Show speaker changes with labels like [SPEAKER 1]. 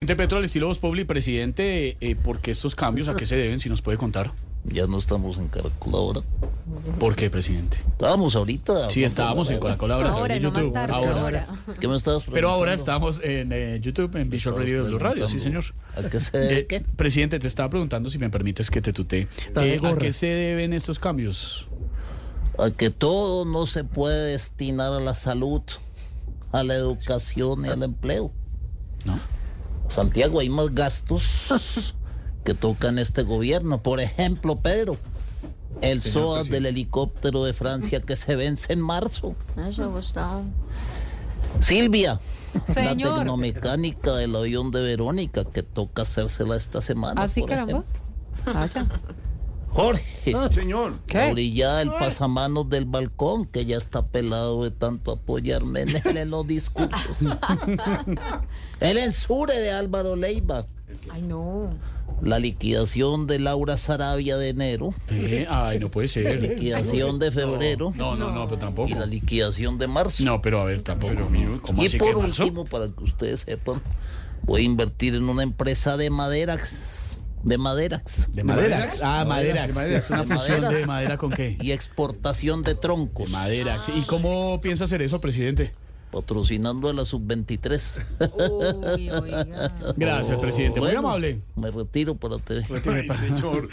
[SPEAKER 1] de Petro al estilo Voz Populi, presidente, eh, ¿por qué estos cambios? ¿A qué se deben? Si nos puede contar.
[SPEAKER 2] Ya no estamos en Caracol ahora.
[SPEAKER 1] ¿Por qué, presidente?
[SPEAKER 2] Estábamos ahorita.
[SPEAKER 1] Sí, estábamos en Coca-Cola ahora. a través
[SPEAKER 3] Ahora,
[SPEAKER 1] de
[SPEAKER 3] no más
[SPEAKER 1] YouTube.
[SPEAKER 3] tarde, ahora.
[SPEAKER 2] ¿Qué me estabas preguntando?
[SPEAKER 1] Pero ahora estamos en eh, YouTube, en
[SPEAKER 2] Me
[SPEAKER 1] Visual
[SPEAKER 2] estabas
[SPEAKER 1] Radio de Blue Radio, sí, señor.
[SPEAKER 2] preguntando, ¿A qué se debe
[SPEAKER 1] Eh,
[SPEAKER 2] qué?
[SPEAKER 1] Presidente, te estaba preguntando si me permites que te tutee.
[SPEAKER 2] de
[SPEAKER 1] Eh, ¿A
[SPEAKER 2] gorra.
[SPEAKER 1] qué se deben estos cambios?
[SPEAKER 2] A que todo no se puede destinar a la salud, a la educación y al empleo.
[SPEAKER 1] No.
[SPEAKER 2] Santiago, hay más gastos que tocan este gobierno. Por ejemplo, Pedro, el
[SPEAKER 1] Señor
[SPEAKER 2] SOAS
[SPEAKER 1] presidente.
[SPEAKER 2] del helicóptero de Francia que se vence en marzo.
[SPEAKER 3] Eso, Gustavo.
[SPEAKER 2] Silvia, la
[SPEAKER 4] Señor.
[SPEAKER 2] tecnomecánica del avión de Verónica que toca hacérsela esta semana.
[SPEAKER 4] Así,
[SPEAKER 2] por
[SPEAKER 4] caramba.
[SPEAKER 2] ejemplo.
[SPEAKER 3] Ah,
[SPEAKER 4] Vaya.
[SPEAKER 2] Jorge,
[SPEAKER 5] Señor.
[SPEAKER 2] la
[SPEAKER 4] ¿Qué?
[SPEAKER 2] orilla del pasamanos del balcón que ya está pelado de tanto apoyarme en él en los discursos. el ensure de Álvaro Leiva,
[SPEAKER 3] Ay, no.
[SPEAKER 2] la liquidación de Laura Sarabia de enero.
[SPEAKER 1] Eh, ay, no puede ser.
[SPEAKER 2] liquidación de febrero
[SPEAKER 1] No, no, no, pero
[SPEAKER 2] y la
[SPEAKER 1] tampoco.
[SPEAKER 2] liquidación de marzo.
[SPEAKER 1] No, pero a ver, tampoco. no. ¿Cómo
[SPEAKER 2] y
[SPEAKER 1] así
[SPEAKER 2] por
[SPEAKER 1] que marzo?
[SPEAKER 2] último, para que ustedes sepan, voy a invertir en una empresa de maderas, de maderas
[SPEAKER 1] De Maderax. Ah, Maderax. Es una
[SPEAKER 2] De
[SPEAKER 1] fusión de
[SPEAKER 2] maderas.
[SPEAKER 1] madera con qué?
[SPEAKER 2] y exportación de troncos,
[SPEAKER 1] Maderax. ¿Y cómo piensa hacer eso, presidente?
[SPEAKER 2] patrocinando a la sub-23.
[SPEAKER 4] Uy, oiga.
[SPEAKER 1] Gracias, presidente. Muy
[SPEAKER 2] Bueno,
[SPEAKER 1] amable.
[SPEAKER 2] Me retiro para TV.
[SPEAKER 5] Ay, señor.